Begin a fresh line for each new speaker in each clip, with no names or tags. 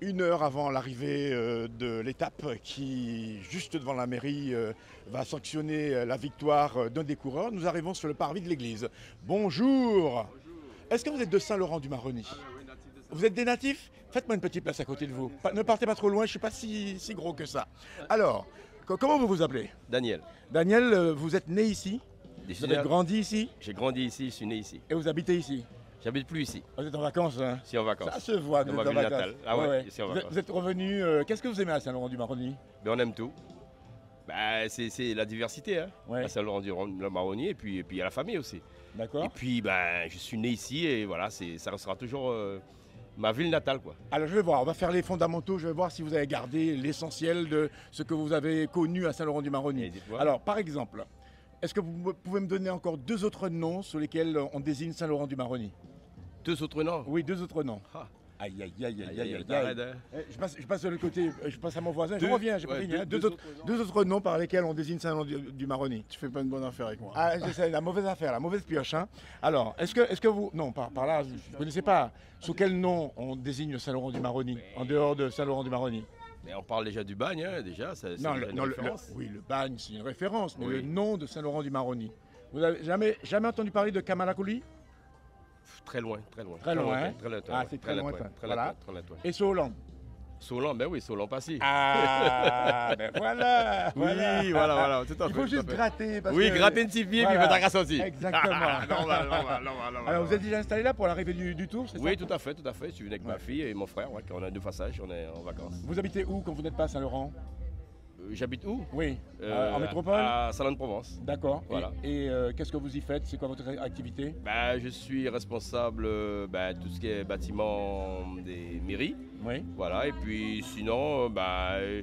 une heure avant l'arrivée euh, de l'étape qui, juste devant la mairie, euh, va sanctionner euh, la victoire euh, d'un des coureurs. Nous arrivons sur le parvis de l'église. Bonjour Est-ce que vous êtes de Saint-Laurent-du-Maroni Vous êtes des natifs Faites-moi une petite place à côté de vous. Pa- ne partez pas trop loin, je ne suis pas si, si gros que ça. Alors, co- comment vous vous appelez
Daniel,
Daniel, euh, vous êtes né ici Vous avez
décidément,
grandi ici
j'ai grandi ici, je suis né ici.
Et vous habitez ici
J'habite plus ici,
Vous êtes en vacances, hein
je suis en vacances.
ça se voit,
Dans
vous
ma
êtes en
ville
vacances.
natale. Ah ouais, ici en
Vous, êtes-
vacances.
vous êtes revenu. euh, Qu'est-ce que vous aimez à Saint-Laurent-du-Maroni
Mais on aime tout. Bah, c'est c'est la diversité, hein.
Ouais,
À Saint-Laurent-du-Maroni et puis, et puis à la famille aussi. Et
d'accord.
puis, ben, je suis né ici et voilà, c'est- ça restera toujours euh, ma ville natale, quoi.
Alors je vais voir, on va faire les fondamentaux, je vais voir si vous avez gardé l'essentiel de ce que vous avez connu à
Et
Saint-Laurent-du-Maroni.
dites-moi.
Alors par exemple, est-ce que vous pouvez me donner encore deux autres noms sous lesquels on désigne Saint-Laurent-du-Maroni
deux autres noms.
Oui, deux autres noms.
Ah.
Aïe, aïe, aïe, aïe, aïe,
Aïe, aïe,
aïe, aïe.
t'arrêtes, hein.
Eh, Je passe, je passe de l'autre côté, euh, je passe à mon voisin, je
Deux-
reviens, j'ai pas
ouais,
fini,
deux-
hein. deux,
deux
autres, deux autres noms par lesquels on désigne Saint-Laurent-du-Maroni.
Tu fais pas une bonne affaire avec moi.
Ah, c'est- c'est la mauvaise affaire, la mauvaise pioche. hein. Alors, est-ce que, est que vous. Non, par, par là, vous ne connaissez pas. Sous quel nom on désigne Saint-Laurent-du-Maroni, en dehors de Saint-Laurent-du-Maroni
Mais on parle déjà du bagne, hein, déjà. ça- c'est
Non,
déjà
le,
une
non, le-
référence.
le- oui, le bagne, c'est une référence, mais
Oui.
le nom de Saint-Laurent-du-Maroni. Vous n'avez jamais, jamais entendu parler de Kamalakouli
Pff, Très loin, très loin.
Très loin,
lointain,
hein.
Très lointain.
Ah,
ouais,
c'est très
lointain,
lointain,
Très
voilà.
lointain, très lointain.
et Solan
Solan, ben oui, Solan Passy.
Ah, ben voilà,
Oui, voilà, voilà, tout à
Il
fait,
faut
tout à
juste
fait.
gratter. Parce
Oui,
que-
gratter une petite fille
Voilà.
et puis mettre un sortir.
Exactement.
normal, normal, normal, normal.
Alors, vous êtes déjà installé là pour l'arrivée du, du tour, c'est
Oui,
ça
tout à fait, tout à fait. Je suis venu avec
Ouais.
ma fille et mon frère, ouais, on a deux passages, on est en vacances.
Vous habitez où quand vous n'êtes pas à Saint-Laurent
Euh, J'habite où
Oui,
Euh,
en métropole
À Salon de Provence.
D'accord.
Voilà.
Et, et, euh, qu'est-ce que vous y faites C'est quoi votre activité
Ben, je suis responsable de tout ce qui est bâtiment des mairies.
Oui.
Voilà, et puis sinon, euh, bah, euh,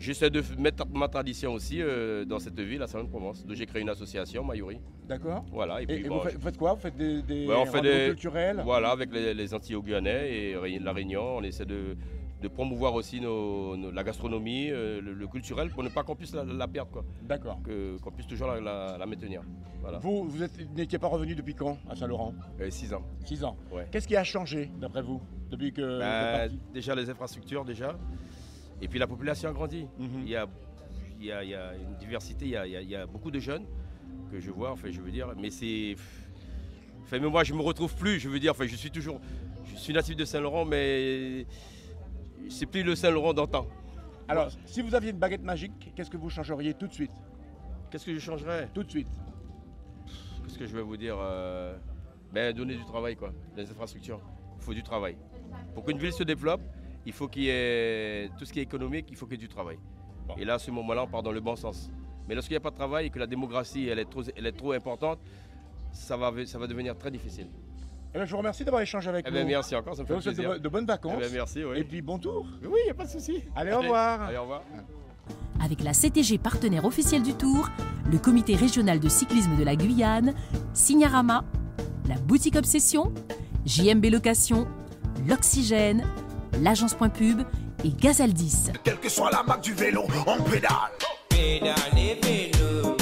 j'essaie de f- mettre ma tradition aussi euh, dans cette ville, à Salon-de-Provence. Donc j'ai créé une association, Mayuri.
D'accord.
Voilà, et
Et,
puis
et
bon,
vous, faites, vous faites quoi Vous faites des, des
Ouais, on fait
rendez-vous
des-
culturels
je- voilà, avec les, les Antilles guyanais et Ré- la Réunion, on essaie de, de promouvoir aussi nos- nos- la gastronomie, euh, le, le culturel, pour ne pas qu'on puisse la, la perdre, quoi.
D'accord.
Que- qu'on puisse toujours la, la- la maintenir. Voilà,
Vous, vous êtes- n'étiez pas revenu depuis quand à Saint-Laurent
Euh, six ans.
6 ans.
Ouais.
Qu'est-ce qui a changé d'après vous depuis que vous êtes
Ben,
parti
déjà les infrastructures, déjà, et puis la population a grandi.
Mhm.
Il y a, il y a- il y a une diversité, il y a, il y a- il y a beaucoup de jeunes que je vois, enfin je veux dire, mais c'est. Enfin, mais moi je me retrouve plus, je veux dire, enfin je suis toujours. Je suis natif de Saint-Laurent, mais c'est plus le Saint-Laurent d'antan.
Alors, si vous aviez une baguette magique, qu'est-ce que vous changeriez tout de suite
Qu'est-ce que je changerais
Tout de suite.
Qu'est-ce que je vais vous dire euh, Ben donner du travail quoi, des infrastructures. Il faut du travail. Pour qu'une ville se développe, il faut qu'il y ait tout ce qui est économique, il faut qu'il y ait du travail.
Bon.
Et là, à ce moment-là, on part dans le bon sens. Mais lorsqu'il n'y a pas de travail et que la démographie elle est trop, elle est trop importante, ça va, ça va devenir très difficile.
Eh bien, je vous remercie d'avoir échangé avec
Eh
nous.
bien, merci encore, ça me
Je
fait
vous souhaite de,
plaisir.
bo- de bonnes
Eh
vacances.
bien, merci,
Et
oui.
puis bon tour.
Mais oui, il n'y a pas de souci.
Allez, au revoir.
Allez, au revoir.
Avec la CTG partenaire officielle du Tour, le comité régional de cyclisme de la Guyane, Signarama, la boutique Obsession, JMB Location, l'Oxygène, l'agence Point Pub et Gazaldis.
Quelle que soit la marque du vélo, on pédale.
pédale, vélo,